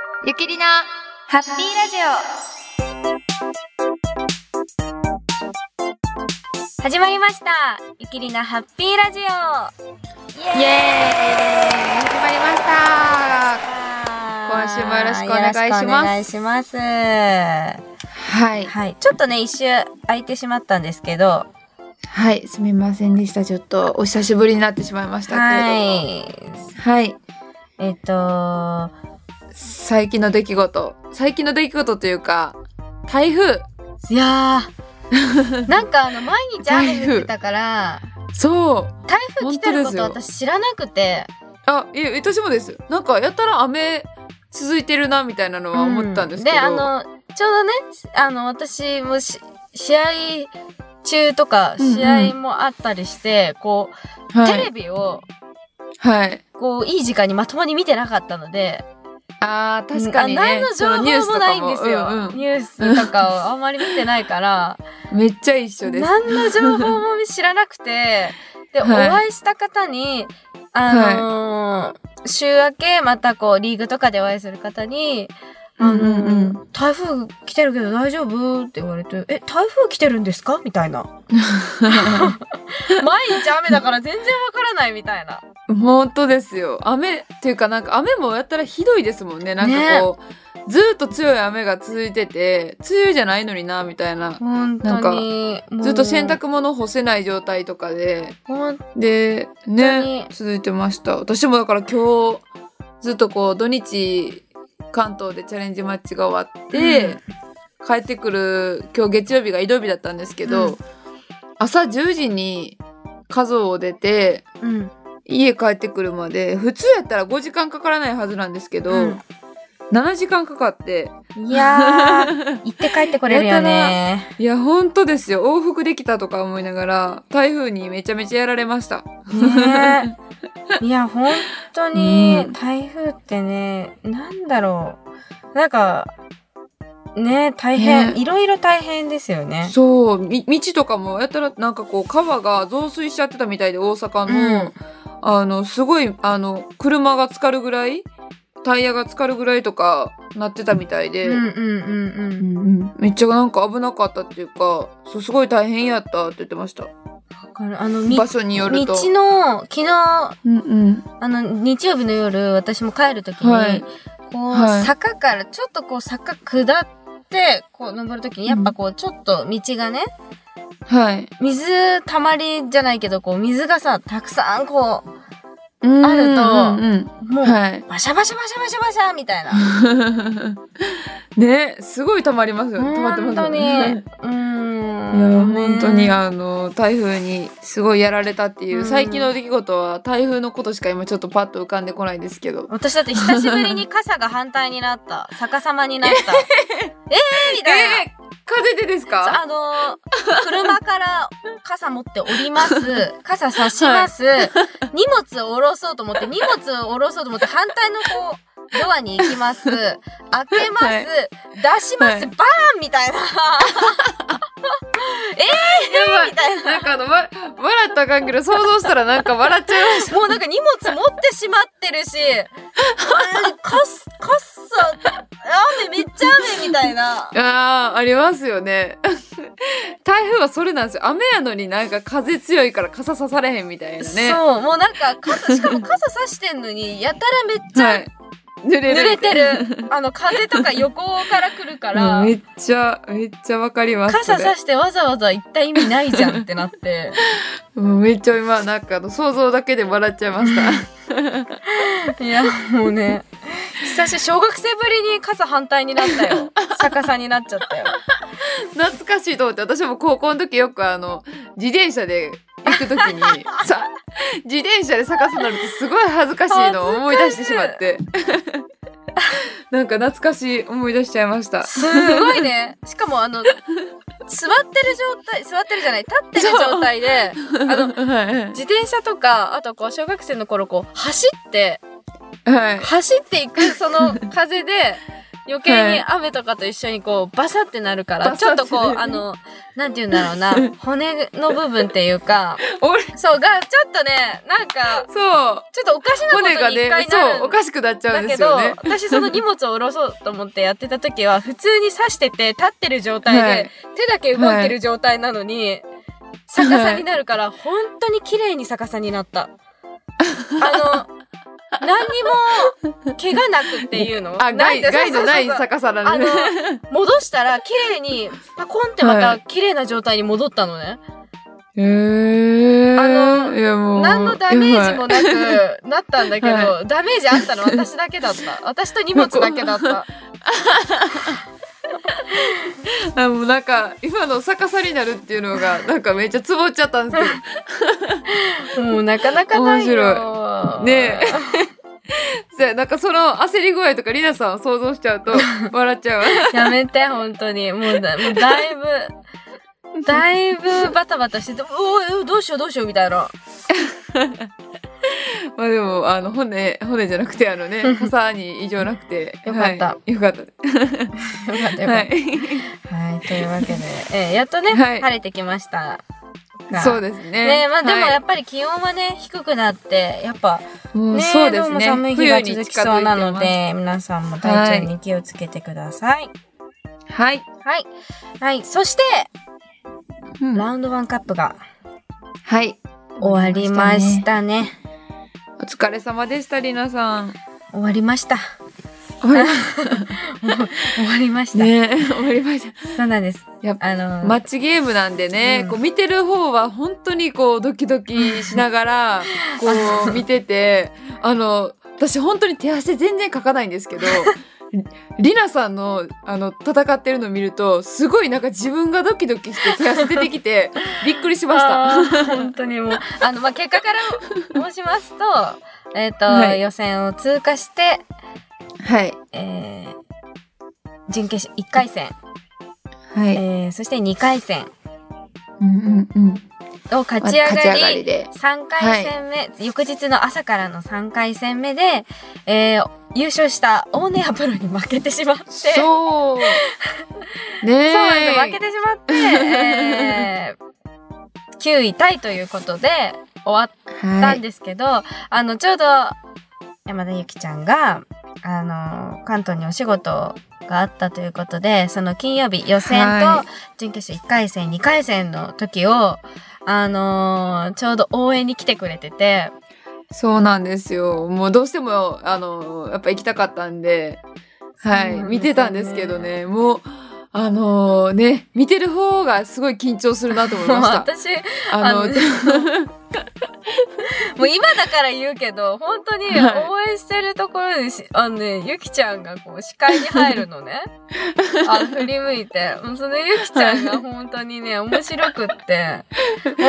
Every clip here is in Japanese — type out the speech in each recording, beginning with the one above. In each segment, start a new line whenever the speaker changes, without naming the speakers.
のハッピーラジオ始まりましたゆきりなハッピーラジオ
イエーイ始まりました今週もよろしくお願いします
よろくお願いしますは
はい。
い、ちょっとね一周空いてしまったんですけど
はい、すみませんでした。ちょっとお久しぶりになってしまいましたけ
は
れども。
い
はい。
えっ、と
最近の出来事。最近の出来事というか、台風。
いや ーなんかあの毎日雨降ってたから
そう。
台風来てるこ
本当です
と
よ
私知らなくて
あ、いえ、私もです。なんか、やたら雨続いてるな、みたいなのは思ったんですけど。
うであのちょうどねあの私もし試合中とか
うんうん
試合もあったりして、こう、
はい、
テレビを
はい。
こういい時間にまともに見てなかったので
あー、確かにね。
あ何の情
そニュース
報
と
も
か
ないんですよ
うんうん
ニュースとかをあんまり見てない から
めっちゃ一緒です。
何の情報も知らなくてで、
はい
お会いした方にあのー週明けまたこうリーグとかでお会いする方に「あのー
うんうんう
台風来てるけど大丈夫?」って言われて「え台風来てるんですか?」みたいな 毎日雨だから全然わからないみたいな
本当ですよ雨っていうかなんか雨もやったらひどいですもんねなんかこう、ずーっと強い雨が続いてて梅雨じゃないのになみたいな
本当にもう
ずっと洗濯物干せない状態とかで
ほん
で
本当に
ね続いてました私もだから今日ずっとこう土日関東でチャレンジマッチが終わって、帰ってくる今日月曜日が移動日だったんですけど、
うん
朝10時に家族を出て
うん
家帰ってくるまで普通やったら5時間かからないはずなんですけど、
うん
7時間かかって
いやー行って帰ってこれるよね
いや本当ですよ往復できたとか思いながら台風にめちゃめちゃやられました
ねえいや本当に
うん
台風ってね、なんだろうなんかね大変、
ね
いろいろ大変ですよね。
そうみ道とかもやったらなんかこう川が増水しちゃってたみたいで大阪の、
うん
あのすごいあの車が浸かるぐらいタイヤが浸かるぐらいとかなってたみたいで、
うんうんうんうん。
めっちゃなんか危なかったっていうかそうすごい大変やったって言ってました
だからあのみ
場
道
所によると。
の昨日
うんうん、
あの日曜日の夜私も帰る時に、
はい
こう、
はい
坂からちょっとこう坂下ってこう登る時にやっぱこうちょっと道がね
はい。
水たまりじゃないけどこう水がさたくさん
あ
こると
うん
うも
う
う、
ん、はい。
バシャバシャバシャバシャバシャみたいな。
ね、すごい溜まりますよね。溜まってま
本
すよ
当に。う
ね。い
ー
や
ん。
本当に
ね
あの台風にすごいやられたっていううん最近の出来事は台風のことしか今ちょっとパッと浮かんでこないですけど
私だって久しぶりに傘が反対に なった。逆さまになった。えー、み
え
たい
ー、
な。
風でです
そう
か
あのー車から傘持って降 ります。傘差します。荷物を下ろそうと思って、荷物を下ろそうと思って、反対のこう、ドアに行 きます。開けます。
はい
出します。
はい
バーンみ たいな。えー、みたいな。
なんかあのわ笑ったらあかんけど想像したらなんか笑っちゃ いまし
もうなんか荷物持ってしまってるし、えー、かす、かっさ、雨めっちゃ雨みたいな。
たあーありますよね 台風はそれなんですよ雨やのになんか風強いから傘さされへんみたいな ね
そう、もうなんか傘、しかも傘さしてんのに、やたらめっち
は
ゃ
い濡れ
濡れてる。
みたい
あの、風とか横から来るか
な
ら
うん、めっちゃめっちゃわかります
傘
それ
さしてわざわざ行った意味ないじゃんってなって。
うんめっちゃ今なんかあの想像だけで笑っちゃいま した
いや、もうね、久し、小学生ぶりに傘反対になった よ。逆さになっちゃったよ。
懐かしいと思って私も高校の時よくあの自転車で行く時 にさ自転車で逆さになるとすごい恥ずかしいのを思い出してしまって なんか懐かしい思い出しちゃいました
すごいね。しかもあの、座ってる状態、座ってるじゃない、立ってる状態で、
あ のはい
自転車とか、あとこう、小学生の頃こう、走って、
はい
走っていくその風で、余計に雨とかと一緒にこう、バサってなるから、
バ
ちょ
サ
っ
って
と
ね
こう、あの、なんて言うんだろ うな、骨の部分っていうか、
俺
そうが、ちょっとね、なんか、
そう
ちょっとおかしなことに
骨が
一回
ね
な
そう
る
おかしくなっちゃう
だ
んで
け
す
ど、
よね。
私その荷物を下ろそうと思ってやってた時は、普通に刺してて、立ってる状態で、
はい
手だけ動いてる状態なのに、逆さになるから、本当に綺麗に逆さになった。 あの、何にも、怪我なくっていうの
あ
な
ガ
い
イ
で
ガイのない
そうそうそう
逆さだ
あ
ね。
の、戻したら、綺麗に、パコンってまた、綺麗な状態に戻ったのね。
へえ
あの
いやもう
何のダメージも
や
なくなったんだけど、
は
ダメージあったの私だけだった。私と荷物だけだった。
ばいあもうなんか今の逆さになるっていうのがなんかめっちゃつぼっちゃったんですけ
もうなかなかないよ。
どねえ そうやなんかその焦り具合とかりなさんを想像しちゃう と笑っちゃうわ
え。やめて、本当に。もうだ、もうだいぶ、だいぶバタバタしてて、おおどうしようどうしようみたいな。
まあでもあの骨骨じゃなくてあのね傘に異常なくて
よかった
はいよかった
よかったよか
は
っ
い
た。はい、というわけで、ええやっとね、
はい
晴れてきましたが。
そうですね
ねえまあでも
はい
やっぱり気温はね、低くなって、やっぱ、
もう
ね
そうで
ど
す
うも
ね。
寒い日が続きそうなの。で、皆さんも体調に気をつけてください。
はい。
はい。はい。そして、
うん
ラウンドワンカップが
はい。
終わりましたね。
お疲れ様でした、りなさ ん。
終わりました。
終わり
終わりました。
ね、終わりました。
そうなんです。
やっぱ
あの、
マッチゲームなんでね、
うん
こう見てる方は本当にこうドキドキしながらこう見ててあの私本当に手汗全然かかないんですけどりなさんのあの戦ってるの見るとすごいなんか自分がドキドキして手汗出てきてびっくりしました。
あー本当にもう、あの、まあ、結果から 申しますと、えっ、と、
はい
予選を通過して、
はい
えー、準決勝1回戦、
は
えー、そして2回戦
うんうんうん
を勝ち上がり、
で
3回戦目、翌日の朝からの3回戦目で、えー、優勝した大根アプロに負けてしまって、
そう。ね
そう
え。
なんです負けてしまって、え ー、9位タイということで終わったんですけど、あのちょうど山田ゆきちゃんがあの関東にお仕事があったということでその金曜日予選
は
と準決勝1回戦2回戦の時をあのーちょうど応援に来てくれてて
そうなんですよ。もうどうしても、あの、やっぱ行きたかったんで、はい、
そうなんですよね
見てたんですけどね、もう、あのね、見てる方がすごい緊張するなと思い
もう
ま した。
私
あの、
あのもう今だから言うけど、本当に
はい
応援してるところにし、あのね、ゆきちゃんがこう視界に入るの ね。あ、振り向いて。もうそのゆきちゃんが本当にね、面白 くって。もう笑いそうに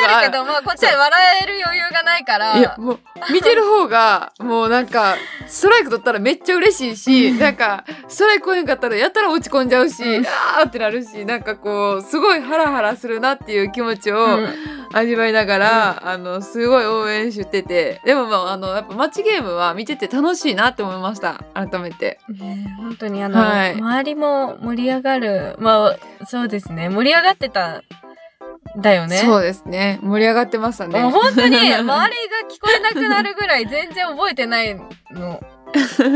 なるけど、まあこっちは笑える余裕がないから。
いや、もう、見てる方が、もうなんか、ストライク取ったらめっちゃ嬉しいし、なんか、ストライク来へんかったらやったら落ち込んじゃうし、
うん
あーってなるし、なんかこう、すごいハラハラするなっていう気持ちを、
うん
味わいながら、あのすごい応援しててでもまああのやっぱマッチゲームは見てて楽しいなって思いました改めて
ね本当にあの、
はい
周りも盛り上がる。まあ、そうですね。盛り上がってたんだよね。
そうですね盛り上がってましたね
もう本当 に周りが聞こえなくなるぐらい全然覚えてないの。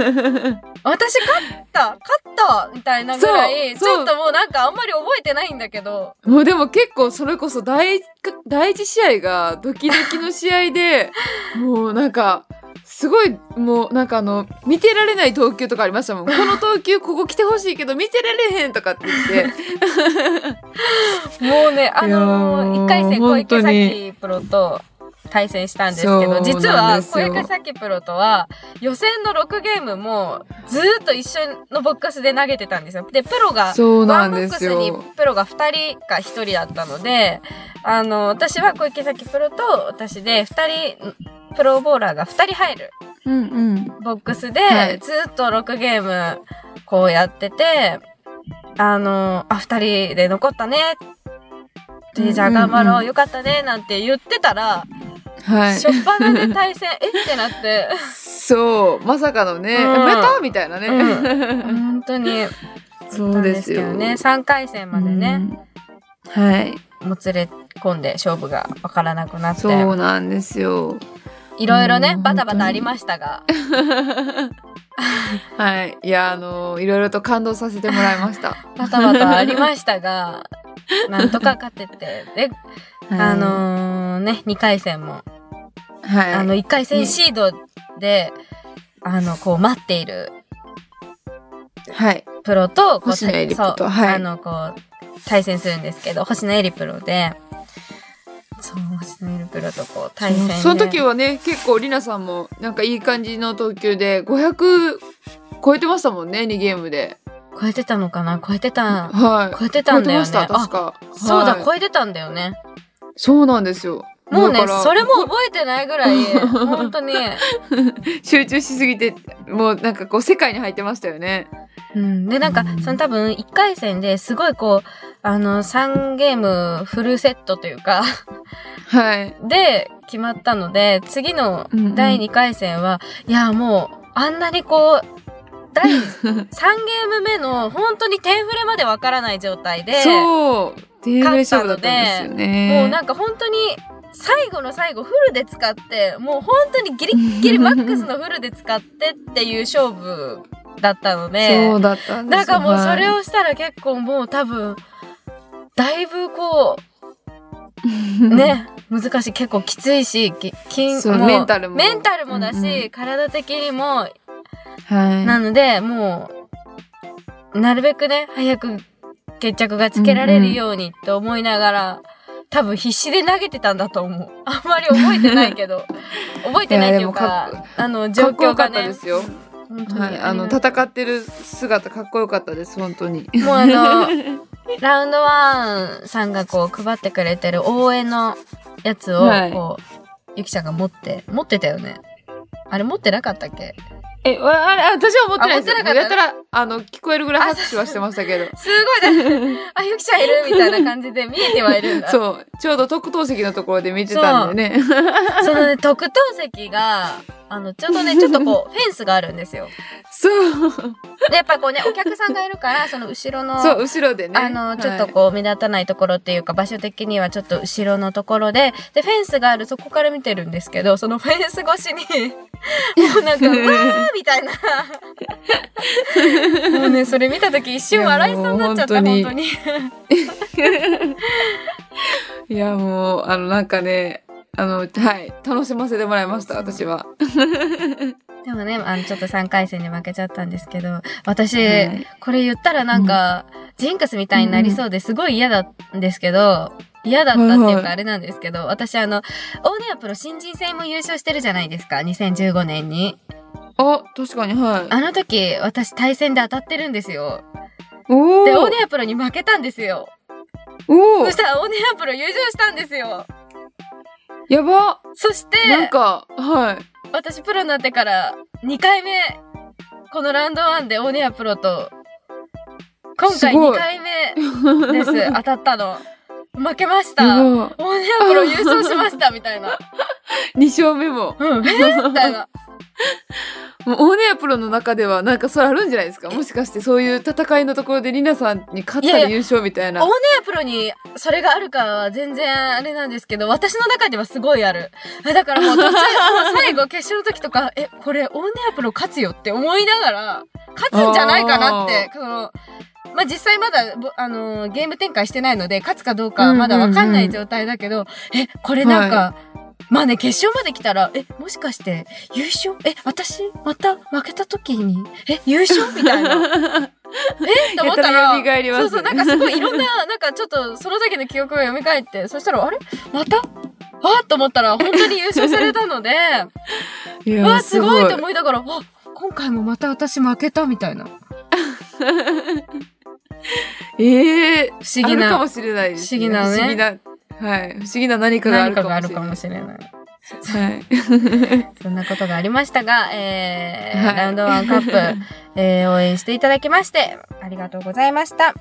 私勝った勝ったみたいなぐらいち
そう
ょ
そ
っ
う
ともうなんかあんまり覚えてないんだけど
もうでも結構それこそ第一第一試合がドキドキの試合 でもうなんかすごいもうなんかあの見てられない投球とかありましたもんこの投球ここ来てほしいけど見てられへんとかって言って
もうねあの
いや
ー、
ー
1回戦小池
本当
咲
に
プロと対戦したんですけ
そうな
ど
んですよ
実は小池咲プロとは予選の6ゲームもずーっと一緒のボックスで投げてたんですよ。でプロが
そう
ワ
なん
ンボッ
で
ク
す
スに
よ
プロが2人か1人だったので、あの、私は小池崎プロと私で2人、プロボーラーが2人入る
うんうん
ボックスで、
はい
ずっと6ゲームこうやってて、あの、あ、2人で残ったね。
うんうんう
で、
ん
じゃあ頑張ろう、よかったね、なんて言ってたら、
はい
初っ端で対戦 えってなって
そうまさかのね、
うん
またみたいなね、
う 本当に
そうですよ
なんですけどね3回戦までね、
うんはい
もつれ込んで勝負が分からなくなっ
そう
て
なんですよ
いろいろね
うん
バタバタありましたが
はいいやあのいろいろと感動させてもらいま した
バタバタありました がなんとか勝ててで、あのーね2回戦も
はい
あの1回戦シードで、あのこう待っている
はい
プロとこう
星野エリプロと
そう
はい
あのこう対戦するんですけど星野エリプロでそう星野エリプロとこう対戦で
その時はね結構りなさんもなんかいい感じの投球で500超えてましたもんね2ゲームで
超えてたのかな超えてた
はい
超えて
超
た
え
んだ
て
よ
ま
ね
した確か
あそうだ
はい
超えてたんだよね
そうなんですよ
もうね
だから
それも覚えてないぐらい本当に、
集中しすぎてもうなんかこう世界に入ってましたよね
うん、でなんか
うん
その多分1回戦ですごいこうあの3ゲームフルセットというか
はい
で決まったので次の
うんうん
第2回戦は、いやもうあんなにこう 第3ゲーム目の本当に点触れまでわからない状態で
そう低迷勝負だったんですよね
もうなんか本当に最後の最後フルで使ってもう本当にギリッギリマックスのフルで使ってっていう勝負だったので
そうだったんです
なんかもうそれ
を
をしたら結構もう多分だいぶこうね、難しい結構きついしき筋
そう
う
メンタルも
メンタルもだし、
うんうん
体的にも
はい
なのでもうなるべくね早く決着がつけられるようにと思いながら、多分必死で投げてたんだと思うあんまり覚えてないけど覚えてないっていう
いや
か
でも
あの
か
状
っこよ
況
か
が
ったで
ね
すよ、
本当に
はい、あの
りがと
戦ってる姿かっこよかったです本当に
うもうあの ラウンドワンさんがこう配ってくれてる応援のやつをこう、
はい
ゆきちゃんが持って持ってたよねあれ持ってなかったっけ
え、わあれ、あ私は思ってないですよ。
あ
も
思
う
っ
やっ
てなかった
たら、あの、聞こえるぐらい拍手はしてましたけど。
すごいだ あゆきちゃんいるみたいな感じで 見えてはいるんだそう
そう、ちょうど特等席のところで見てたんでね。
のね特等席があのちょうどねちょっと こうフェンスがあるんですよ
そう、
でやっぱこうねお客さんがいるからその後ろの
そう、後ろでね。
あ
は
の
い
ちょっとこう目立たないところっていうか場所的にはちょっと後ろのところででフェンスがあるそこから見てるんですけどそのフェンス越 しにもうなんか「うわー!」みたいなもうねそれ見た時一瞬笑いそうになっちゃった
いや
本
もう
当に
いや、もう、あの、なんかね、あの、はい、楽しませてもらいました、私は。
でもねあのちょっと3回戦で負けちゃったんですけど私、
はい
これ言ったらなんか、ジンクスみたいになりそうですごい嫌だんですけど嫌だったって
はい
い
は
う
い
かあれなんですけど、私あのオーネアプロ新人戦も優勝してるじゃないですか2015年に
あ、確かに、はい。
あの時私対戦で当たってるんですよ
お
でオー
ー
ネアプロに負けたんですよ
お
そ
ー
したらオーネアプロ優勝したんですよ
やば
そして
なんか、はい。
私プロになってから2回目このラウンドワンでオーネアプロと今
す
回
ごい
2回 目です当たったの負けましたオーネ
やば
アプロ優勝しましたみたいな
二勝目も。
うんえーみたいな
もうオーネアプロの中ではなんかそれあるんじゃないですかもしかしてそういう戦いのところでリナさんに勝っ
い
た
やい
ら
や
優勝みたいな
オーネアプロにそれがあるかは全然あれなんですけど私の中ではすごいあるえだからもう途中もう最後決勝の時とか えこれオーネアプロ勝つよって思いながら勝つんじゃないかなってこのまあ実際まだぼあのーゲーム展開してないので勝つかどうかはまだわかんない状態だけど、えこれなんか、まあね決勝まで来たらえもしかして優勝え私また負けた時にえ優勝みたいなえって思ったら
やたら蘇ります
そうそうなんかすごいいろんな なんかちょっとその時の記憶が蘇ってそしたらあれまたあっと思ったら本当に優勝されたの で
いうや
わすごいと思いながらあ今回もまた私負けたみたいな不
ええ
思議
あるか
な
もしれないです、
不思議なね
不思議なはい不思議な何かがあ
何
るか
かがあ
もし
る
れ
か
ない
もしれない。
はい
そんなことがありましたが、えー
はい
ラウンドワンカッ プ、えー応援していただきましてありがとうございました。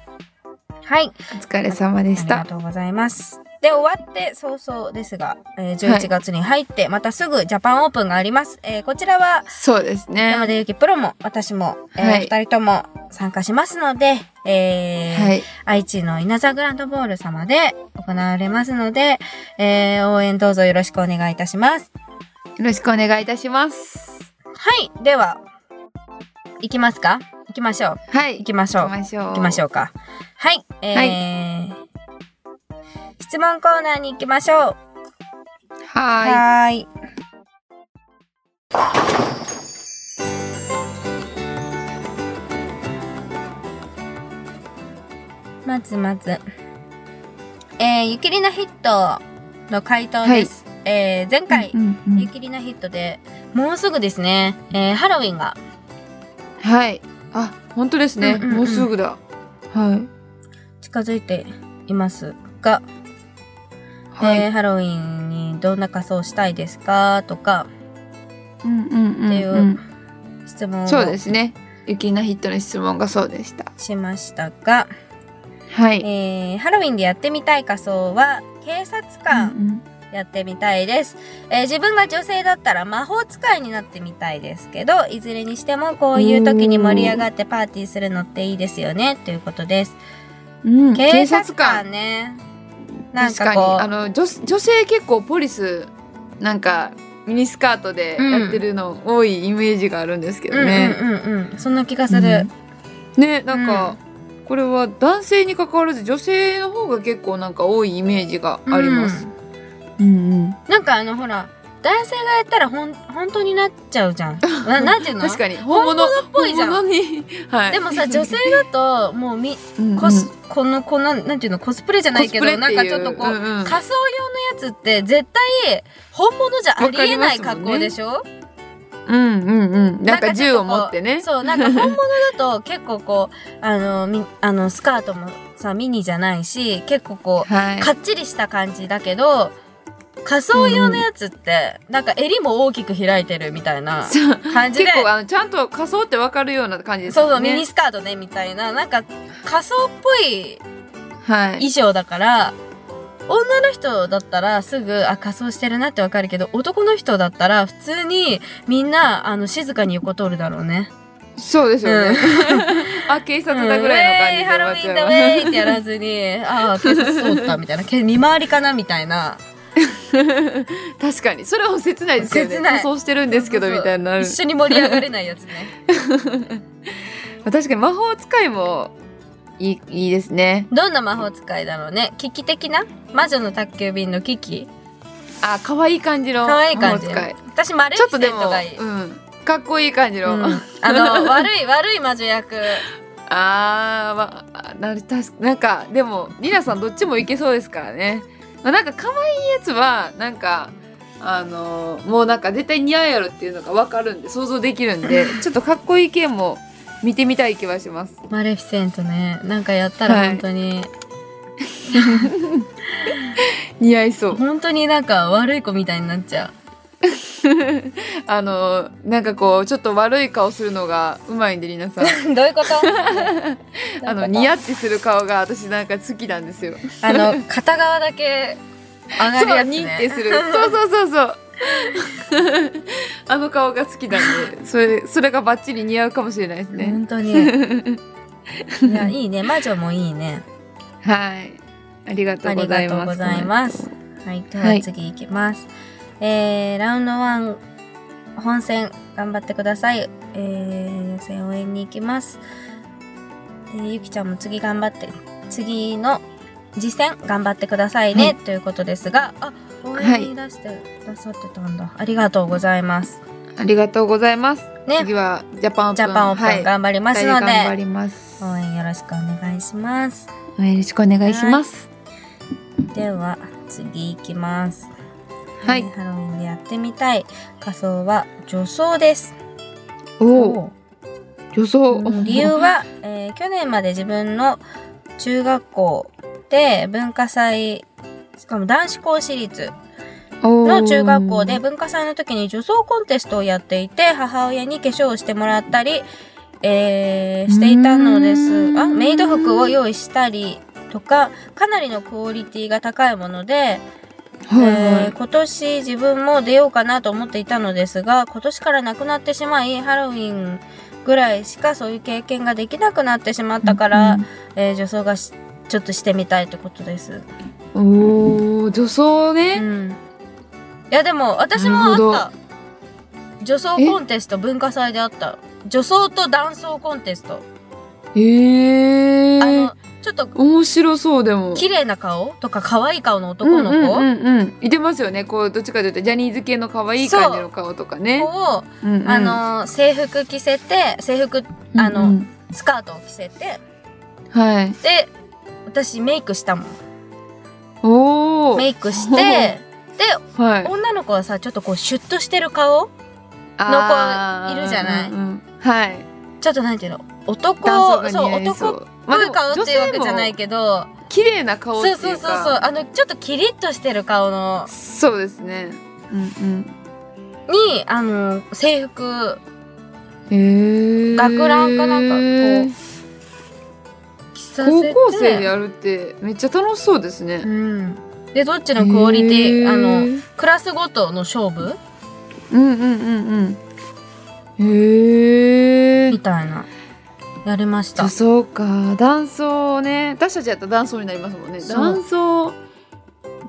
はい、
お疲れ様でし
ありが
た
とうございます。で、終わって、早々ですが、えー、11月に入って、またすぐジャパンオープンがあります。えーこちらは、
そうです
山
ね。
田ゆきプロも、私も、えー
はい
二人とも参加しますので、えー
はい。
愛知の稲座グランドボール様で行われますので、えー応援どうぞよろしくお願いいたします。
よろしくお願いいたします。
はい、では、行きますか行きましょう。
はい。
行きましょう。
ましょう。
行きましょうか。はい、えー質問コーナーに行きましょう。
う。は
はーい。まずまず。えー、ゆきりなヒットの回答です。えー、前
い。
回、
うんうんう
ゆ
ん
きりなヒットで、もうすぐですね、えー、ハロウィンが
はい。あ、本当ですね。
うんうんうん
もうすぐだ。はい。
近づいていますが、
はい。
えー、ハロウィンにどんな仮装したいですかとか、
うんうんうん、
っていう
うん
質問を
そうですね。ゆきなヒットの質問がそうでした。
しましたが、
はい。
えーハロウィンでやってみたい仮装は警察官
うんうん
やってみたいです、えー自分が女性だったら魔法使いになってみたいですけどいずれにしてもこういう時に盛り上がってパーティーするのっていいですよねということです
うん、
警察官ねなん
確
か
かに
こ
あの女女性結構ポリスなんかミニスカートでやってるの多いイメージがあるんですけ
う、
どね。
うんうんうんうんそんな気がする、
うんねなんか、これは男性に関わらず女性の方が結構なんか多いイメージがあります。うん
なんかあのほら男性がやったらほん本当になっちゃう じゃんななんていう
うん、
の
確かに本物
本物っぽいじゃん
本物に、はい、
でもさ女性だともうみ
うんうん
コス、このこんななんていうのコスプレじゃないけど
コスプレ
な
って
ん
いう
かちょっとこう、
うんうん
仮装用のやつって絶対本物じゃありえない格好でしょ、
うんうんうんなんか
ちょ
銃
と
を持ってね
こうそうなんか本物だと結構こうあのみあのスカートもさミニじゃないし結構こ
は
う
い
かっちりした感じだけど仮装用のやつって、なんか襟も大きく開いてるみたいな
そう
感じで
結構あのちゃんと仮装ってわかるような感じです
そうそう、
ね。
ミニスカートねみたいななんか仮装っぽい
はい。
衣装だから女の人だったらすぐあ仮装してるなってわかるけど男の人だったら普通にみんなあの静かに横通るだろうね。
そうですよね。 あ警察だぐらいの感じ
うんウェイハ
で
ロウィンだウェイってやらずに ああ警察通った みたいなけ見回りかなみたいな
確かにそれも切ないですよね。
切ない
仮装してるんですけど
そうそ
み
うそう
たいになる。
一緒に盛り上がれないやつね。
確かに魔法使いもいいいいですね。
どんな魔法使いだろうね危機的な魔女の宅急便の危機
あ可愛い感じの
可
魔
愛い
法
感じ
使い。
私マレ
ちょ
フ
っ
ィセ
と
ン
で
ト
も
がいい。
うんかっこいい感じの。
うんあの悪い悪い魔女役
あー、まあ、なたしなんかでもりなさんどっちもいけそうですからね、まあ、なんか可愛いやつはなんかあのーもうなんか絶対似合うやろっていうのが分かるんで想像できるんでちょっとかっこいい系も見てみたい気はします
マレフィセントねなんかやったら本当に、
似合いそう
本当になんか悪い子みたいになっちゃう
あのーなんかこうちょっと悪い顔するのがうまいんでりなさん
どういうこと
あの似
合
合ってする顔が私なんか好きなんですよ
あの片側だけ上がる
そう
やつ
認定
ね
す るそうそうそうそうあの顔が好きなん でそれそれがバッチリ似合うかもしれないですね、
本当にい やいいね魔女もいいね
はいありがと
あ
う
り
ござ
が
い
とう
ます
ございますはいでは次いきます、えー、ラウンドワン本戦頑張ってくださいえー、予選応援に行きます、えー、ゆきちゃんも次頑張って次の次戦頑張ってくださいね、
はい
ということですがあ応援に出してくださってたんだ、ありがとうございます
ありがとうございます
ね
次はジャパンオープン
ジャパンオープン
はい
頑張ります
二
の
人
で、
頑張ります
応援よろしくお願いします
よろしくお願いします
では次行きます
はい、
えーハロウィンでやってみたい仮装は女装です
おお女装、
うん理由は、えー去年まで自分の中学校で文化祭しかも男子校私立の
の
中学校で文化祭の時に女装コンテストをやっていて母親に化粧をしてもらったり、えーしていたので
う
す
ーん
あメイド服を用意したりとかかなりのクオリティが高いもので、えー今年自分も出ようかなと思っていたのですが今年からなくなってしまいハロウィンぐらいしかそういう経験ができなくなってしまったから、えー女装がしちょっとしてみたいってことです。
おお女装
う
ね、
ん、いやでも私も
なるほど
あった女装コンテスト文化祭であった女装と男装コンテスト、
へえ
あのちょっと
面白そうでも
綺麗な顔とか可愛い顔の男の子、
うんうんうんうんいてますよねこうどっちかというとジャニーズ系の可愛い感じの顔とかね
を、
うんうん
あの制服着せて制服あの、
うんうん
スカートを着せて
はい
で私メイクしたもん
おお
メイク してで
はい
女の子はさちょっとこうシュッとしてる顔
あー
いるじゃない
うんうんはい
ちょっとなんていうの
男
男
が似
そう
合いそ
男っ
うま
ぽ
あで
い
も
顔っていうわけじゃない
女性も
けど
綺麗な顔ってい
そうう
か
そうそうそうあのちょっとキリッとしてる顔の
そうですねうん
にあの制服
うんへえ
学ランかなんかこう着させ
高
て
校生でやるってめっちゃ楽しそうです
う
ね。
んでどっちのクオリティ、
へー
あ
う
の
ん
クラスごとの勝負
うんうんうん。へえ
み。たいなやりました
女装か男装ね私たちやったら男装になりますもんね。
そう
男装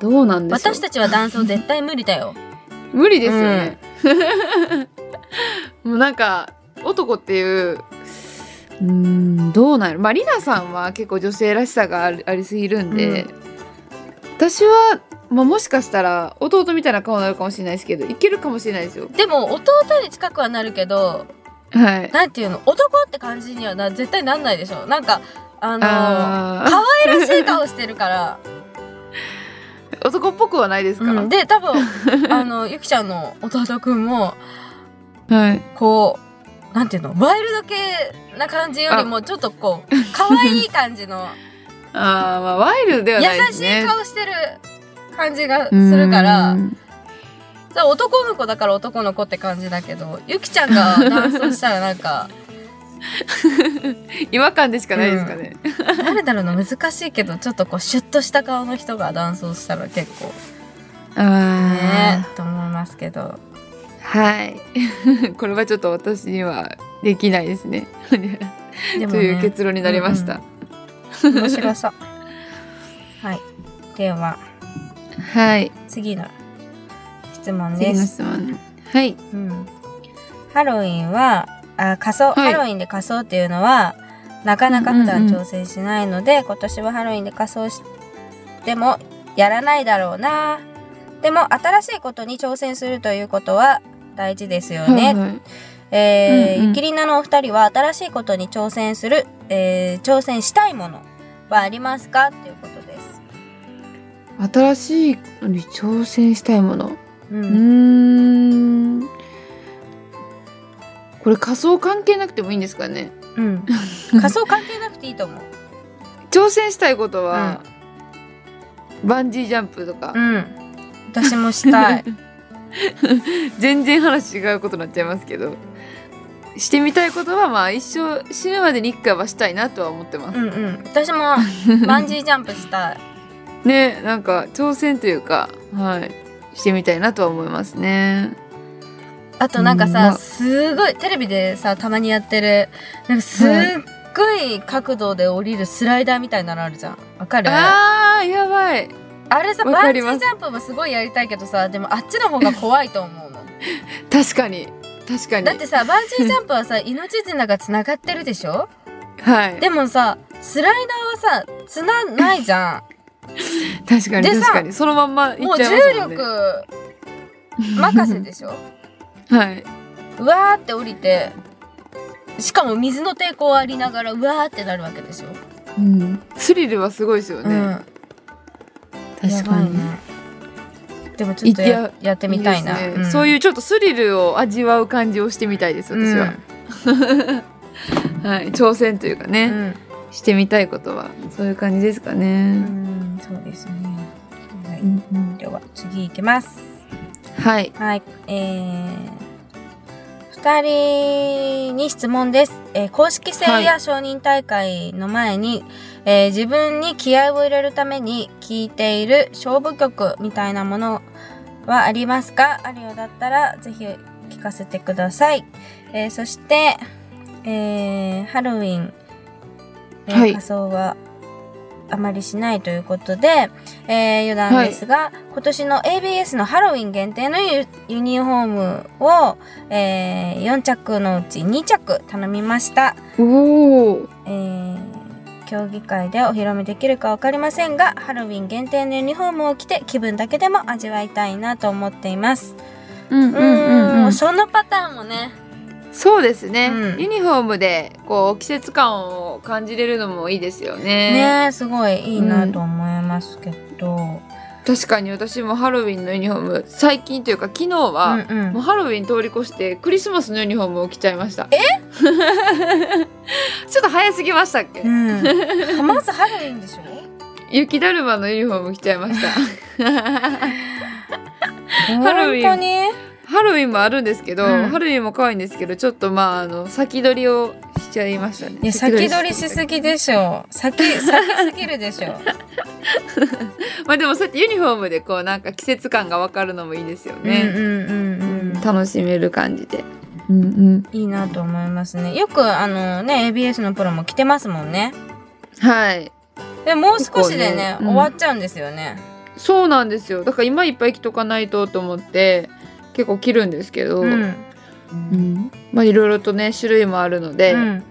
どうなんでしょう。
私たちはダンスを絶対無理だよ
無理ですよ ね。もうなんか男っていう。うーんどうなるまありなさんは結構女性らしさがありありすぎるんで、
う
私は、まあ、もしかしたら弟みたいな顔になるかもしれないですけどいけるかもしれないですよ
でも弟に近くはなるけど
はい
なんていうの男って感じにはな絶対なんないでしょなんかあの
あ
可愛らしい顔してるから、
ー男っぽくはないですか、
うん、で 多分あのゆきちゃんの弟くんも
はい
こうなんていうのワイルド系な感じよりもちょっとこう可愛い感じの
あーまあワイルド では
優
ないで
し
すね
い顔してる感じがするから
うーん
それは男の子だから男の子って感じだけどゆきちゃんが男装したら なんか
違和感でしかないですかね、
誰だろうの難しいけどちょっとこうシュッとした顔の人が男装したら結構
あ
ねえと思いますけど
ーはい これはちょっと私にはできないですね
でも、
という
ね、
結論になりました、
面白そうはいでは
はい
次の質問
次
で
の
す、
質問はい
うん、ハロウィンはあ仮装、
はい
ハロウィンで仮装っていうのはなかなか普段挑戦しないので、今年はハロウィンで仮装してもやらないだろうなでも新しいことに挑戦するということは大事ですよね、
はいはい
えー
うんうん
ゆきりなのお二人は新しいことに挑戦する、えー挑戦したいものはありますかっていうことです。
新しいのに挑戦したいものう
う、
んーんこれ仮想関係なくてもいいんですかね
うん、 仮想関係なくていいと思う。
挑戦したいことは、バンジージャンプとか、
うん、私もした い。
全然話違うことになっちゃいますけどしてみたいことはまあ一生死ぬまでに一回はしたいなとは思ってま
う
す、
んうん、私もバンジージャンプしたい。
ねなんか挑戦というかはいしてみたいなとは思いますね
あとなんか
うんまあ
さ、すごいテレビでさたまにやってるなんかすっごい角度で降りるスライダーみたいなのあるじゃん。わかる？あ
あーやばい
れさ
わ
バ
か
ンジ
ります
ージャンプもすごいやりたいけどさ、でもあっちの方が怖いと思うの。
確かに確かに
だってさバンジージャンプ はさ命綱がつながってるでしょ
はい
でもさスライダーはさつなないじゃ
確かに
でさ
確かにそのまんまいっ
んもう
ち
重
ゃいますもんね
力任せでしょ
はいう
わーって降りてしかも水の抵抗ありながらうわーってなるわけでしょ、
うん、スリルはすごいですよ
う
ね、
んや
確
ば
か
い
に
ねでもちょっと
い
や
や
やってみたいな
ですねそういうちょっとスリルを味わう感じをしてみたいです
うん
私は、はい、挑戦というか
う
ね、
ん
してみたいことはそういう感じですかね、
うんそうですねはい
うんうん
では次いきます
はい
はい、えー、2人に質問です、えー公式戦や承認大会の前に、えー自分に気合を入れるために聴いている勝負曲みたいなものはありますかあるようだったらぜひ聞かせてください。えーそして、えーハロウィン、えー
はい
仮装はあまりしないということで、えー余談ですが、今年の ABS のハロウィン限定のユユニフォームを、え4着のうち2着頼みました。
おお
えー競技会でお披露目できるかわかりませんが、ハロウィン限定のユニフォームを着て気分だけでも味わいたいなと思っています。
うんうんうん
う、
うんん
そのパターンもね。
そうですね、
うん
ユニフォームでこう季節感を感じれるのもいいですよね
ねすごいいいなと思いますけど、うん、
確かに私もハロウィンのユニフォーム最近というか昨日は、
うん
もうハロウィン通り越してクリスマスのユニフォームを着ちゃいました。え ちょっと早すぎましたっけ、
うん、まずハロウィンでしょ
雪だるまのユニフォーム着ちゃいま した。
ハ
ロウィン
本当に
ハロウィンもあるんですけど、
うん
ハロウィンも可愛いんですけど、ちょっとまああの先取りをしちゃいましたね。
いや先取りしす
ぎ。
ぎでしょ先先すぎるでしょ
まあでもそうやってユニフォームでこうなんか季節感がわかるのもいいですよ
う
ね。
んうんうんうん
楽しめる感じで。うんうん。
いいなと思いますねよくあのね ABS のプロも来てますもんね
はい。
でもう少しでね
結構ねうん
終わっちゃうんですよね
そうなんですよ。だから今いっぱい着とかないとと思って結構着るんですけど。
うん
うん、まあいろいろとね種類もあるので、
うん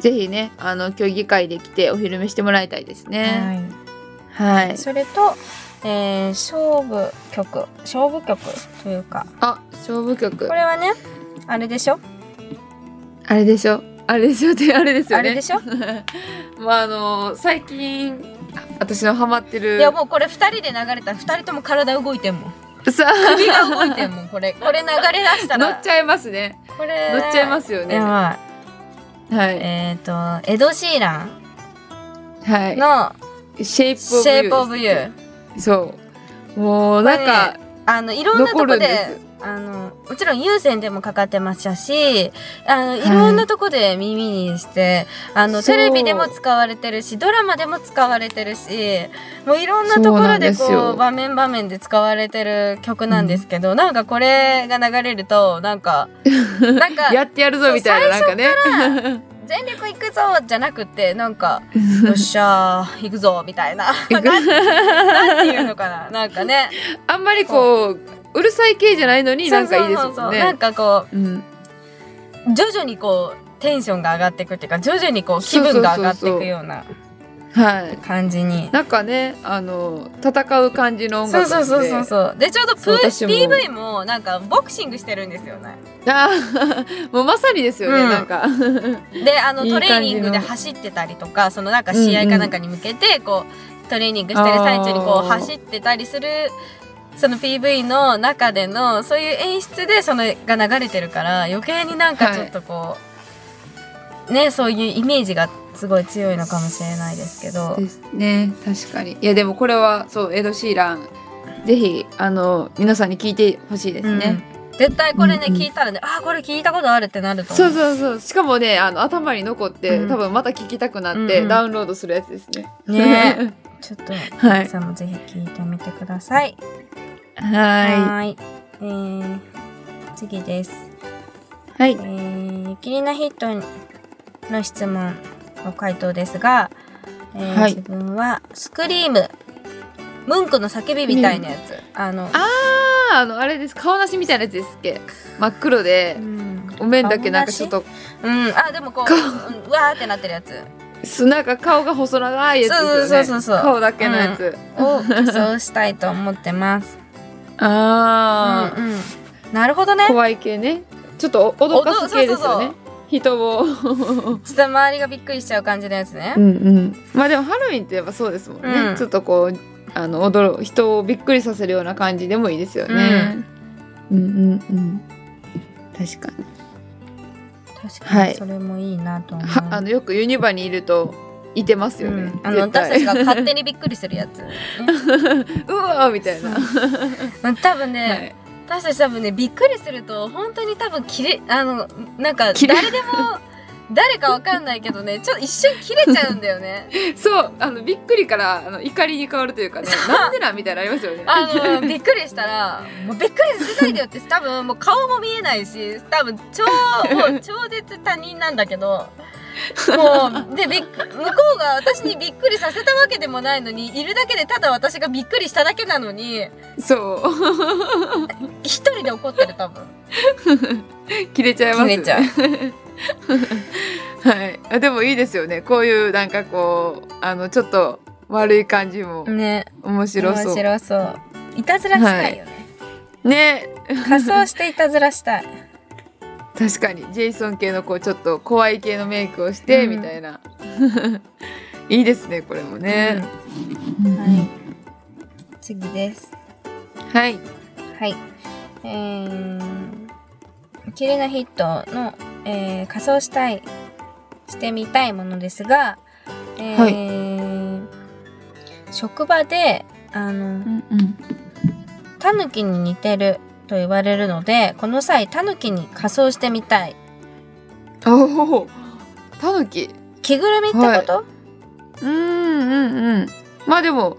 ぜひねあの競技会で来てお披露目してもらいたいですね。
はい
はい。
それと、えー、勝負曲勝負曲というか
あ勝負曲
これはねあれでしょ
あれでしょあれでしょ ってあれですよ
あ
ね。
れでしょ
まああの最近私のハマってる
いやもうこれ2人で流れたら2人とも体動いてんもん
さ
首が動いてんもんこれこれ流れ出した
乗
ら
っちゃいますね。
これ
乗っちゃいますすよね。
や
は
ばい
い
えっ、ー、とエド・シーラン
は
の
い。シェイ
「
プ
シェイプ・オブ・ユー
ー。そう。もうなんか、」
あのいろんなとこ
残る
で
んです
あのもちろん有線でもかかってましたしあのい
い
ろんなとこで耳にして、あの
そう
テレビでも使われてるしドラマでも使われてるしもういろんなとこ
そう
ろ
なん
で
です
こ
よ
う場面場面で使われてる曲なんですけど、なんかこれが流れるとなんか なんか
やってやるぞみたいななんかね。
全力いくぞじゃなくてなんかよっしゃー行くぞ みたいななんなんていうのかななんかね
あんまりこううるさい系じゃないのになんかいいです
そうそうそ
もん
うそうなん
ね。
かこう
うん
徐々にこうテンションが上がっていくっていうか徐々にこう気分が上がっていくような
はい。
感じに
なんかねあの戦う感じの音
そう
楽
そうそうそう
う
そうでちょうどプ
そう私も
PV もなんかボクシングしてるんですよね
あー もうまさにですよね、
うん
なんか
であの
いい
ト
感じ
レ
の
ーニングで走ってたりとかそのなんか試合かなんかに向けてこうトレーニングしてる最中にこ
あ
う
ー
走ってたりするその PV の中でのそういう演出でそのが流れてるから余計になんかちょっとこう、ねそういうイメージがすごい強いのかもしれないですけど。
ですね確かにいやでもこれはそうエド・シーランぜひあの皆さんに聞いてほしいですね、
うん絶対これね、
うんうん
聞いたらねあこれ聞いたことあるってなると思
そううそうそうしかもねあの頭に残って、
うん
多分また聞きたくなっ
う
て、
んうん
ダウンロードするやつですね
ねちょっ と
は
皆
い
さんもぜひ聞いてみてください
は
ーいえー、次です
いはい
えー、キリナヒットの質問の回答ですが、えー
はい
自分はスクリームムンクの叫びみたいなやつ、あの
あーあのあれです顔なしみたいなやつですっけ真っ黒で
うん、
お面だけなんかちょっと
うん、あでもこう、
顔
うんうわーってなってるやつ
すなんか顔が細長いやつですよね
そうそうそうそう
顔だけのやつ、
を仮装したいと思ってます。
ああ、
うんうん、なるほどね。
怖い系ねちょっとお脅かす系ですよね
おどそうそ
人
う
を
ちょっと周りがびっくりしちゃう感じのやつね
う。んうんまあでもハロウィンってやっぱそうですもんね、
うん
ちょっとこうあの驚く人をびっくりさせるような感じでもいいですよね、うん、うんうん確かに
確か
は
に
い
それもいいなと思う。
はあのよくユニバにいるといてます
う
よね、
ん、あの
絶対
私たちが勝手にびっくりするやつ、ね
うわーみたいな、
うん多分ね、
はい、
私たち多分ねびっくりすると本当に多分切れあのなんか
切れ
誰でも誰かわかんないけどねちょっと一瞬切れちゃうんだよ ね
そうあのびっくりからあの怒りに変わるというかねなんでなんみたいなのありますよね
あのびっくりしたら「もうびっくりさせないでよ」って多分もう顔も見えないし多分超もう 超絶他人なんだけどもうでびっく向こうが私にびっくりさせたわけでもないのにいるだけでただ私がびっくりしただけなのに
そう
一人で怒ってる多分
切れちゃいます
切れちゃう
はいあでもいいですよねこういうなんかこうあのちょっと悪い感じも
ね
面白そう
面白そういたずらしたいよね、
ね
仮装していたずらしたい
確かにジェイソン系のこうちょっと怖い系のメイクをして
うん
みたいな、 いいですねこれもね、
うんはい次です
はい
はいえー、キリナヒットの、えー仮装したいしてみたいものですが、えー職場であのタヌキに似てると言われるのでこの際タヌキに仮装してみたい
おおタヌキ
着ぐるみってこと、
うんうんうんまあでも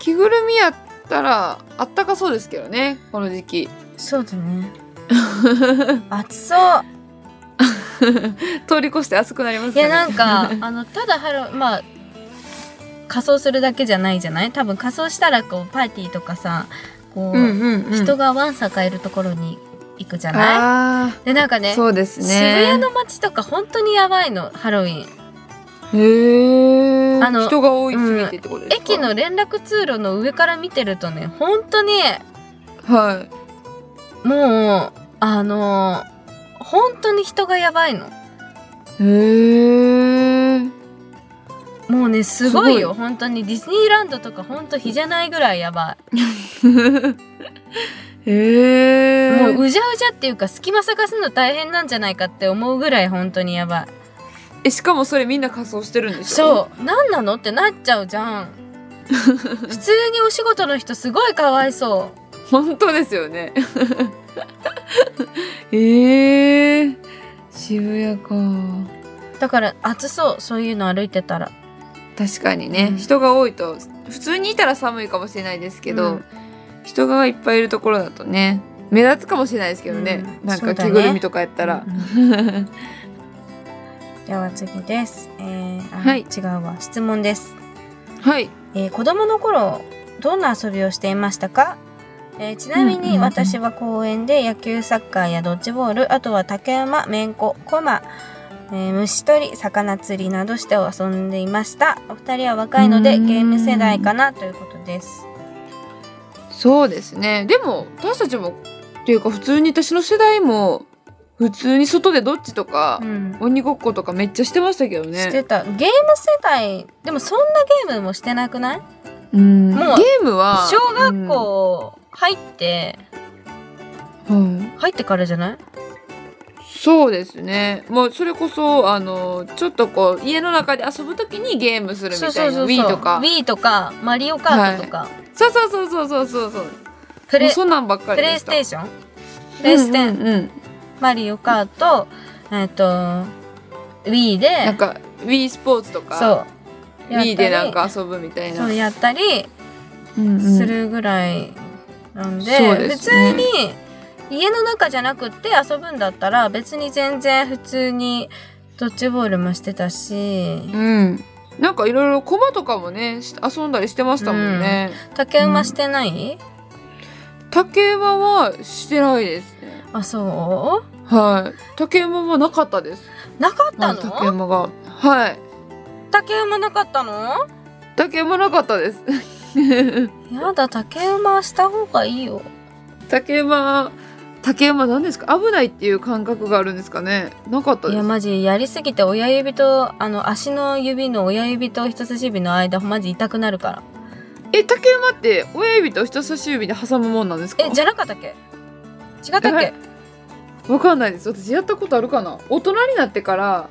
着ぐるみやったらあったかそうですけどねこの時期
そうだね暑そう
通り越して暑くなります
い
ね
やなんかあのただハロまあ仮装するだけじゃないじゃない多分仮装したらこうパーティーとかさこう、
うんうん、うん、
人がわんさかいるところに行くじゃな
あ
いでなんか
あ、
ね
そうですね
渋谷の街とか本当にやばいのハロウィン
へえ
あの
人が多いすぎてってことですか、
駅の連絡通路の上から見てるとね本当に
はい
もうあの本当に人がやばいの
へえ
もうねすごいよ
すごい
本当にディズニーランドとか本当日じゃないぐらいやばい
へえ
もううじゃうじゃっていうか隙間探すの大変なんじゃないかって思うぐらい本当にやば
えしかもそれみんな仮装してるんで
い
しょ
そう何なのってなっちゃうじゃん普通にお仕事の人すごいかわいそう
本当ですよね えー、渋谷か
うだから暑そうそういうの歩いてたら
確かにね、
うん
人が多いと普通にいたら寒いかもしれないですけど、
うん
人がいっぱいいるところだとね目立つかもしれないですけどね、
うん
なん
そ
か
うだね
着ぐるみとかやったら、
では次です、えーあ
はい
違うわ質問です、
はい
えー子供の頃どんな遊びをしていましたかえーちなみ
うんうん
に
うん
私は公園で野球サッカーやドッジボールあとは竹馬めんここま、えー虫取り魚釣りなどして遊んでいましたお二人は若いので
うん
ゲーム世代かなということです
そうですねでも私たちもっていうか普通に私の世代も普通に外でどっちとか
う、ん
鬼ごっことかめっちゃしてましたけどね
してたゲーム世代でもそんなゲームもしてなくない
うん、
もう
ゲームは
小学、校入って、
うんはい
入ってからじゃない
そうですねもうそれこそあのちょっとこう家の中で遊ぶときにゲームするみたいな Wii とか
Wii とかマリオカートとか、
そうそうそうそうそうそうそうも
プ
う
レ
そんなんばっか
プ
り
レ
で
イ
し
ス
た
テーションプレイステン、
うんうんうん
マリオカートえっ、と Wii で
なんか Wii スポーツと
そ
か
うやったり
Wii でなんか遊ぶみたいな
そうやったり
うんうん
するぐらいなんで,、
そうで
普
す
通
ね
に家の中じゃなくって遊ぶんだったら別に全然普通にドッジボールもしてたし
うんなんかいろいろ駒とかもねし遊んだりしてましたもんね、
竹馬してない、
竹馬はしてないですね
あそ
はい竹馬はなかったです
うなかった
あ
の
竹馬がはい
竹馬なかったの
竹馬なかったです
やだ竹馬した方がいいよ
竹馬竹馬なんですか危ないっていう感覚があるんですかねなかった
い
で
や
す
マジやりすぎて親指とあの足の指の親指と人差し指の間マジ痛くなるから
え竹馬って親指と人差し指で挟むもんなんですか
えじゃなかったっけ違ったっ
はい
け
わかんないです私やったことあるかな大人になってから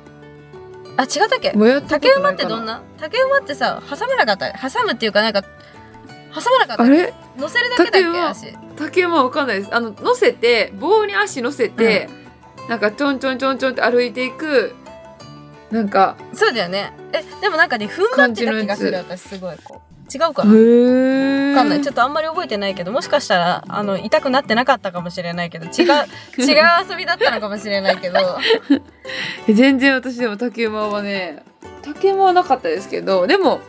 あ違ったっけ
もうやったこと
竹馬
な
っ
い
て
か
どん
な
な竹馬ってさ挟まなかった挟むっていうかなんか挟まなかった
あれ
乗せるだけだっけ
竹馬
足
竹馬わかんないですあの乗せて棒に足乗せて、なんかちょんちょんちょんちょんって歩いていくなんか
そうだよねえでもなんかね踏ん張ってた気がする私すごいこう違うか
へ
な
ー
わかんないちょっとあんまり覚えてないけどもしかしたらあの痛くなってなかったかもしれないけど 違う違う遊びだったのかもしれないけど
え全然私でも竹馬はね竹馬はなかったですけどでも、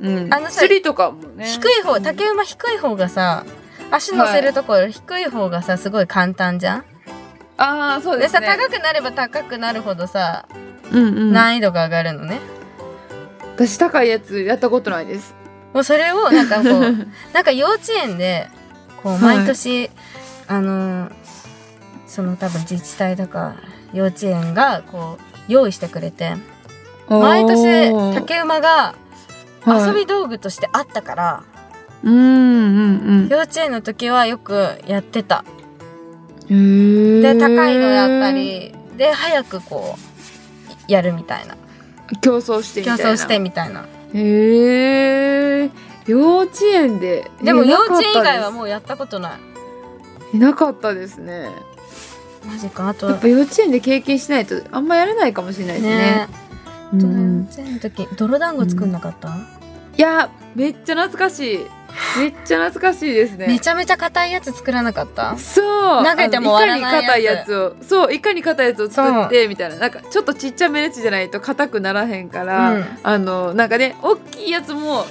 うん、
あのさ
釣りとかもね
低い方竹馬低い方がさ足乗せるところ低い方がさすごい簡単じゃん、
ああそう
で
です
さ
ね
高くなれば高くなるほどさ
うんうん、
難易度が上がるのね、
私高いやつやったことないです
もうそれをなんかこう なんか幼稚園でこう
はい
毎年、あのーその多分自治体とか幼稚園がこう用意してくれて毎年
おー
竹馬が
はい
遊び道具としてあったから、
うんうんうん
幼稚園の時はよくやってた。
へー
で高いのやったりで早くこうやるみたいな
競争してみ
競
たいな
争してみたいな
へえ幼稚園で
でも
えなか
幼
った
稚園以外は
で
もうやったことない
すいなかったですね
マジかあと
やっぱ幼稚園で経験しないとあんまやれないかもしれないですね
ね
う
え、と
ん
幼稚園の時泥団子作んなかった、
いやめっちゃ懐かしいめっちゃ懐かしいですね
めちゃめちゃ硬いやつ作らなかった
そう
投げても
あの
割らないや
い
つ
かに硬いやつをそういかに硬いやつを作ってみたいななんかちょっとちっちゃめのやつじゃないと硬くならへんから、
うん
あのなんかね大きいやつも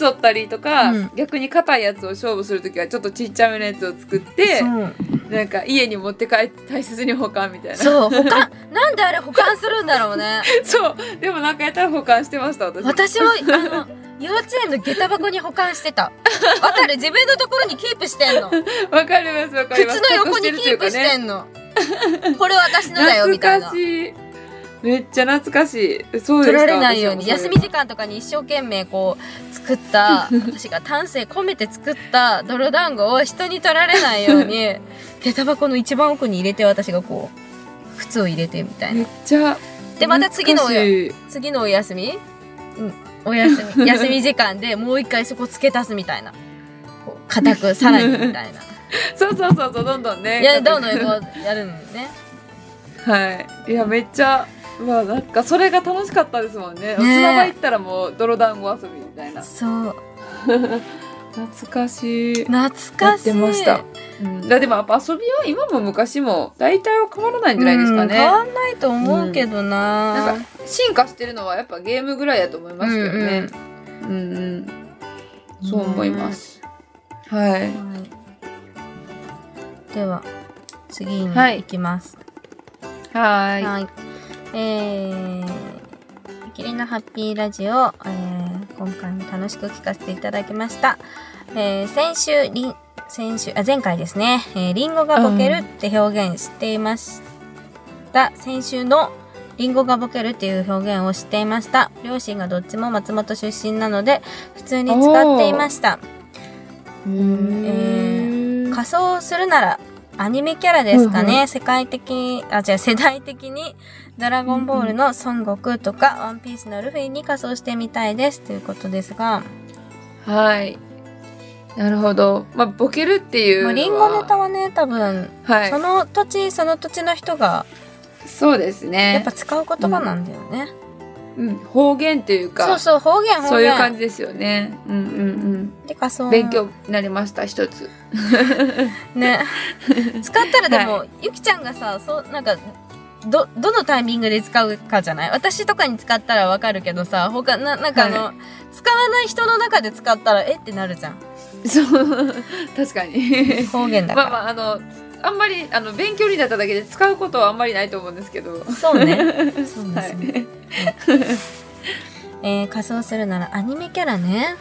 競ったりとか、
うん
逆に硬いやつを勝負するときはちょっとちっちゃめのやつを作って
そう
なんか家に持って帰って大切に保管みたいな
そう保管なんであれ保管するんだろうね
そうでもなんかやったら保管してました私
私もあの幼稚園の下駄箱に保管してたわかる自分のところにキープしてんの
わかりますわかります
靴の横にキープしてんのこれ私のだよみたいな
懐かしいめっちゃ懐かしいそうで
取
した
られないように
私
休
も
み時間とかに一生懸命こう作った 私が丹精込めて作った泥団子を人に取られないよ うに下駄箱の一番奥に入れて私がこう靴を入れてみたい
め
な
っちゃ
でまた次のお
懐かしい
次のお休み、うん、お休 み休み時間でもう一回そこ付け足すみたいなこう固くさらにみたいな
そうそうそうそうどんどんね
いやどんどんこうやるのね
はいいやめっちゃうわなんかそれが楽しかったですもんね
ねえ
砂場行ったらもう泥団子遊びみたいな
そう
懐かしい
懐
や
か
っ
しい
てました、うん、だでもやっぱ遊びは今も昔も大体は変わらないんじゃないですか
うん変
ね
わんないと思うけどな,、
なんか進化してるのはやっぱゲームぐらいだと思いますけどねうんうん、そう思います、はい
はい、では次に
はい
行きます。
は
は
ーい
えー、キリンのハッピーラジオ、えー今回も楽しく聞かせていただきました。えー先週りん先週あ前回ですね、えーリンゴがボケるって表現していました。先週のリンゴがボケるっていう表現を知っていました。両親がどっちも松本出身なので普通に使っていました。ん
うん
仮装するならアニメキャラですかね、世界的あ違う世代的に「ドラゴンボール」の孫悟空とか「ワンピースのルフィに仮装してみたいですということですが
はい。なるほど。まあ、ボケるっていうの
まあ
は。
リンゴネタはね多分、
はい
そ。の土地その土地の人が
そうですね。
やっぱ使う言葉なんだよね、
うん、方言というか。
そうそう方言
そ
方
ういう感
言
じですよね。うんうん
で仮
う
装
ん。勉強になりました一つ。
ね 使ったらでも、ゆきちゃんがさそうなんかどどのタイミングで使うかじゃない私とかに使ったらわかるけどさ他ななんかあの、
は
使わない人の中で使ったらえってなるじゃん
そう。確かに。
方言だか
まあ
ら、
まあ、あの、あんまり、あの、勉強になっただけで使うことはあんまりないと思うんですけど。は
そう ねそうですね、
い。
えー仮装するならアニメキャラね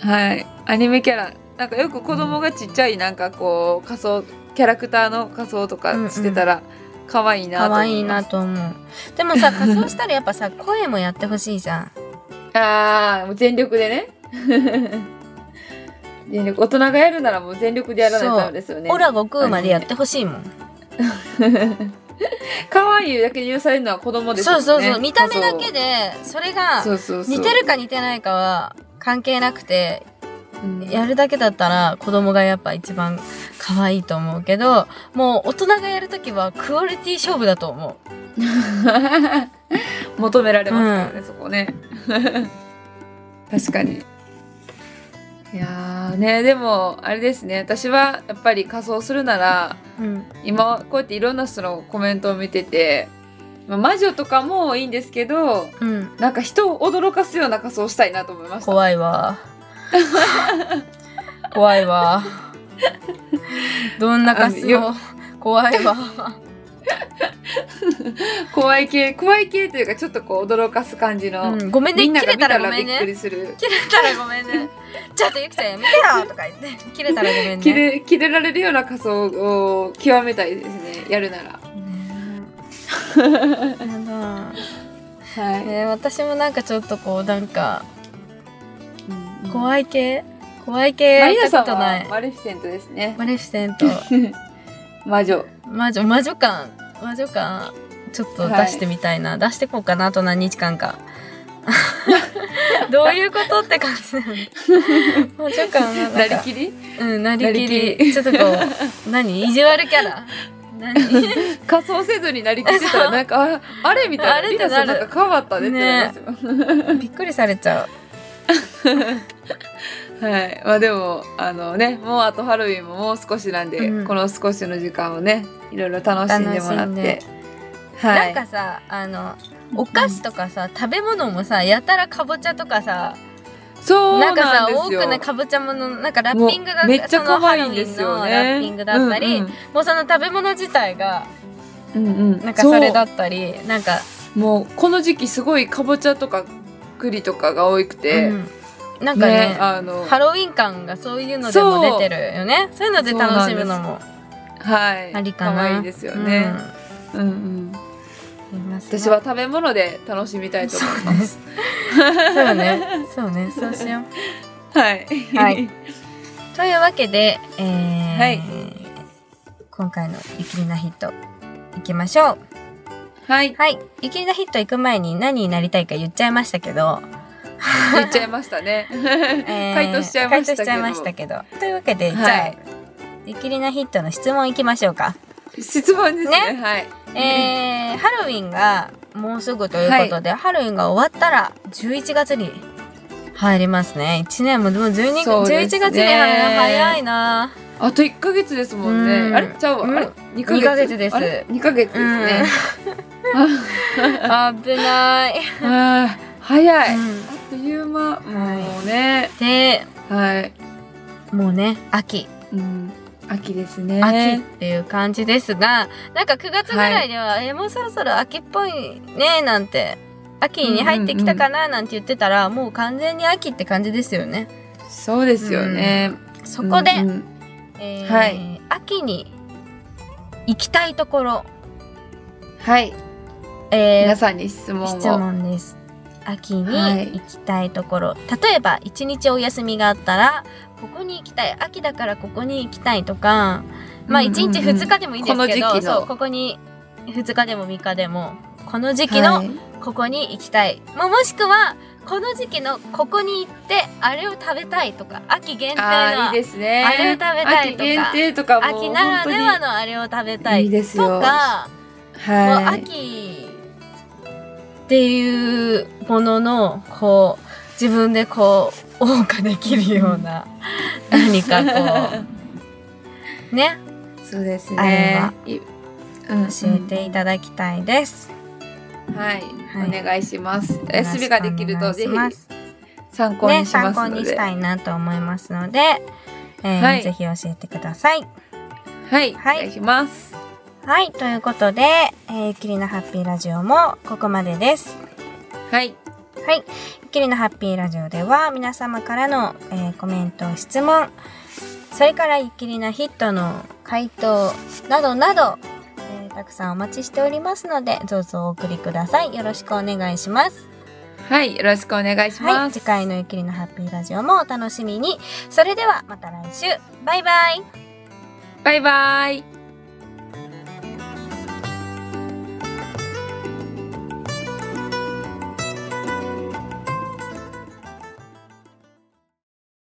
はい。アニメキャラ。なんかよく子供がちっちゃい、なんかこう、仮装、キャラクターの仮装とかしてたら、可愛いなと
可
思
愛い
いま
な
す。
と思うで もさ仮装したらやっぱさ声もやってほしいじゃん
ああ、もう全力でね。 全力大人がやるならもう全力でやらないとダメですよね
オ。ラ悟空までやってほしいもん、
可愛いだけで許されるのは子供ですよね。
そうそうそう見た目だけでそれが
そうそうそう
似てるか似てないかは関係なくて
うん
やるだけだったら子供がやっぱ一番可愛いと思うけどもう大人がやるときはクオリティ勝負だと思う
求められますからね、そこね 確かにいやーねでもあれですね私はやっぱり仮装するなら
うん
今こうやっていろんな人のコメントを見てて、まあ、魔女とかもいいんですけど
うん
なんか人を驚かすような仮装したいなと思いました
怖 いわ怖いわどんなかす
あ
よ怖いわ
怖い系怖い系というかちょっとこう驚かす感じの、
うんごめん
みん
ね
な
切
が見た
れたらご
ら
め
び
ん
っ
ね
くりする
切れたらごめんね。ちょっとゆきちゃんやめてよとか言って。切れたらごめんね。
切れ切れられるような仮装を極めたいですねやるなら
ね えなんだ
はい、
ねえ私もなんかちょっとこう、なんか、
うん
怖い系怖い系
マ
や
リナ
っ
さ
たこ
ん
とな。
はいマレフィセントですね
マレフィセント。
魔女
魔女、魔女感。魔女感。ちょっと出してみたいな。出してこうかな、あと何日間か。 どういうことって感じだよね。魔女感は
な
なん
り
か、
きり
うん、なりき
なりき
り。
り
ちょっとこう、何意地悪キャラ何
仮装せずになりきってたらなんかああれみたいな
あれっ
リ
て
ナさ
な
ん
る
なんか変わったねってなりますよ
びっくりされちゃう。
はいまあでもあのねもうあとハロウィンももう少しなんで、
うん
この少しの時間をねいろいろ楽しんでもらっ
楽しん
て
で
は
なん
い
かさあのお菓子とかさ、食べ物もさやたらかぼちゃとかさ
そうな
な
ん
んかさ
ですよ
多くないかぼちゃものなんかラッピングが
もうめっちゃ可愛いんですよね
そのハロウィンのラッピングだったり、もうその食べ物自体が
うんうんうんうん
なんかそれだ
う
ったりなんか、
もうこの時期すごいかぼちゃとか栗とかが多くて、
うんなんかね
あの
ハロウィン感がそういうのでも出てるよねそういうので楽しむのも
はい
ありかな
可愛いですよね、うんうん
うんいますね
私は食べ物で楽しみたいと思います。
そうねそうねそうしよう
はい。
はい。というわけで、えー
はい
今回のゆきりなヒットいきましょう。
はい。
はい。ゆきりなヒット行く前に何になりたいか言っちゃいましたけ ど、
言っちゃいました ね。
えー
回答しちゃいましたけど
回答しちゃいましたけど。というわけで、
はい
じゃあ、ゆきりなヒットの質問いきましょうか。
質問ですね。はい。
えー、ハロウィンがもうすぐということで、ハロウィンが終わったら11月に入りますね。1年もでも12、
そうですね
11月に入るの早 いな。
あと一ヶ月ですもんね。
うん
あれちゃうわ。
うん
あれ二
二ヶ月です
あれ二ヶ月ですね。
危ない。
あー早い。
う
あ
ん
っという間。
はい
もうね。
で
はい。
もうね秋、
うん。秋ですね。
秋っていう感じですがなんか9月ぐらいでは、えもうそろそろ秋っぽいねなんて秋に入ってきたかななんて言ってたら、もう完全に秋って感じですよね
そうですよね。
そこで、
うんうん
えー
はい
秋に行きたいところ、
はい。
え
皆
ー
さんに質問
質
を。
問です秋に
はい
行きたいところ、例えば一日お休みがあったらここに行きたい秋だからここに行きたいとかまあ
うんうんうん
1日2日でもいいですけ
こ
ど、
の時期の
そうここに2日でも3日でもこの時期の
はい
ここに行きたい、もうもしくはこの時期のここに行ってあれを食べたいとか秋限定の
あーいい
秋
ですね。
あれを食べたいとか
秋限定とかもう
ならではのあれを食べたい
いいですよ
とか、もう
はい、
秋っていうもののこう自分でこう謳歌できるよ うな何かこうね
そうです
あ
ね。いうん
教えていただきたいです。
うんはい、
はい
お願いします。お休みができるとぜ
よろしくお願いしま
ひ
す
参考
ね
にしま
参
す
考
の
に
で、
したいなと思いますので、えー
はい
ぜひ教えてください。
はい、
はい
お願いします。
はいということで、えー、ゆきりのハッピーラジオもここまでです。
はい、
はい。ゆきりのハッピーラジオでは皆様からの、えーコメント、質問、それからゆっきりなヒットの回答などなど、えーたくさんお待ちしておりますので、どうぞお送りください。よろしくお願いします。
はい、よろしくお願いします。
はい。次回のゆっきりのハッピーラジオもお楽しみに。それではまた来週。バイバイ。
バイバイ。